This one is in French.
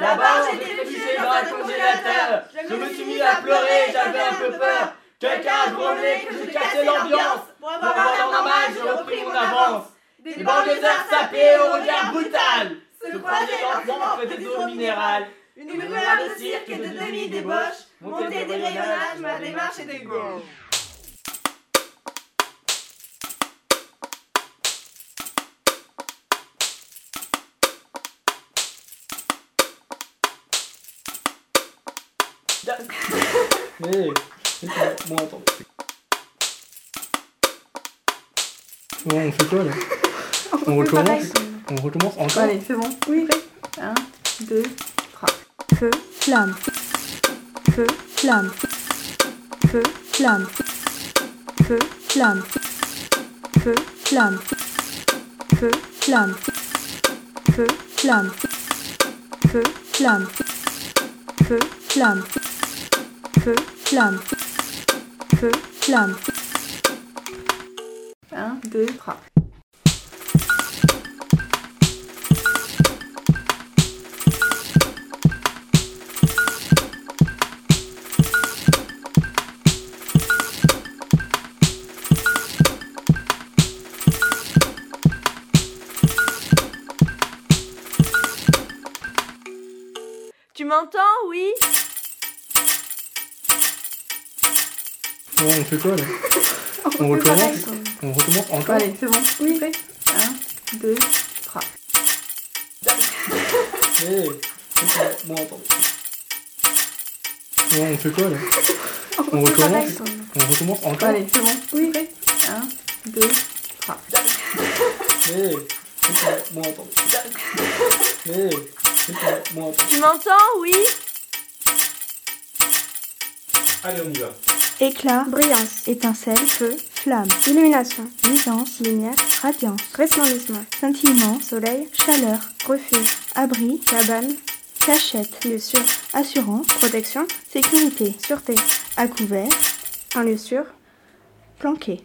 D'abord, j'ai été touché dans un congélateur. Je me suis mis à pleurer, j'avais un peu peur. Quelqu'un a grondé que j'ai cassé l'ambiance. Pour avoir l'air normal, j'ai repris mon avance. Des banlieusards sapés au regard brutal. Se croiser dans le des eaux minérales. Une rumeur de cirque et de demi-débauche. Monter des rayonnages, ma démarche est de gauche. Mais. Bon, attends. Bon, on fait quoi là On fait pareil. recommence On recommence encore Allez, c'est bon. Oui. 1, 2, 3. Feu, flamme. Feu, flamme. Feu, flamme. Feu, flamme. Feu, flamme. Feu, flamme. Feu, flamme. Feu, flamme. Feu, flamme. Feu, flamme. Feu, flamme. 1, 2, 3. Tu m'entends, oui Bon, Oh, on fait quoi là On fait pareil. recommence On recommence encore Allez, c'est bon. Oui. 1, 2, 3. Mais. Bon, attends. Bon, on fait quoi là On recommence On recommence encore Allez, c'est bon. Oui. 1, 2, 3. Mais. Eh, Bon, attends. Mais. Bon, attends. Tu m'entends, oui Allez, on y va. Éclat, Brillance, étincelle, feu, flamme, illumination, luisance, lumière, radiance, resplendissement, scintillement, soleil, chaleur, refuge, abri, cabane, cachette, lieu sûr, assurance, protection, sécurité, sûreté, à couvert, un lieu sûr, planqué.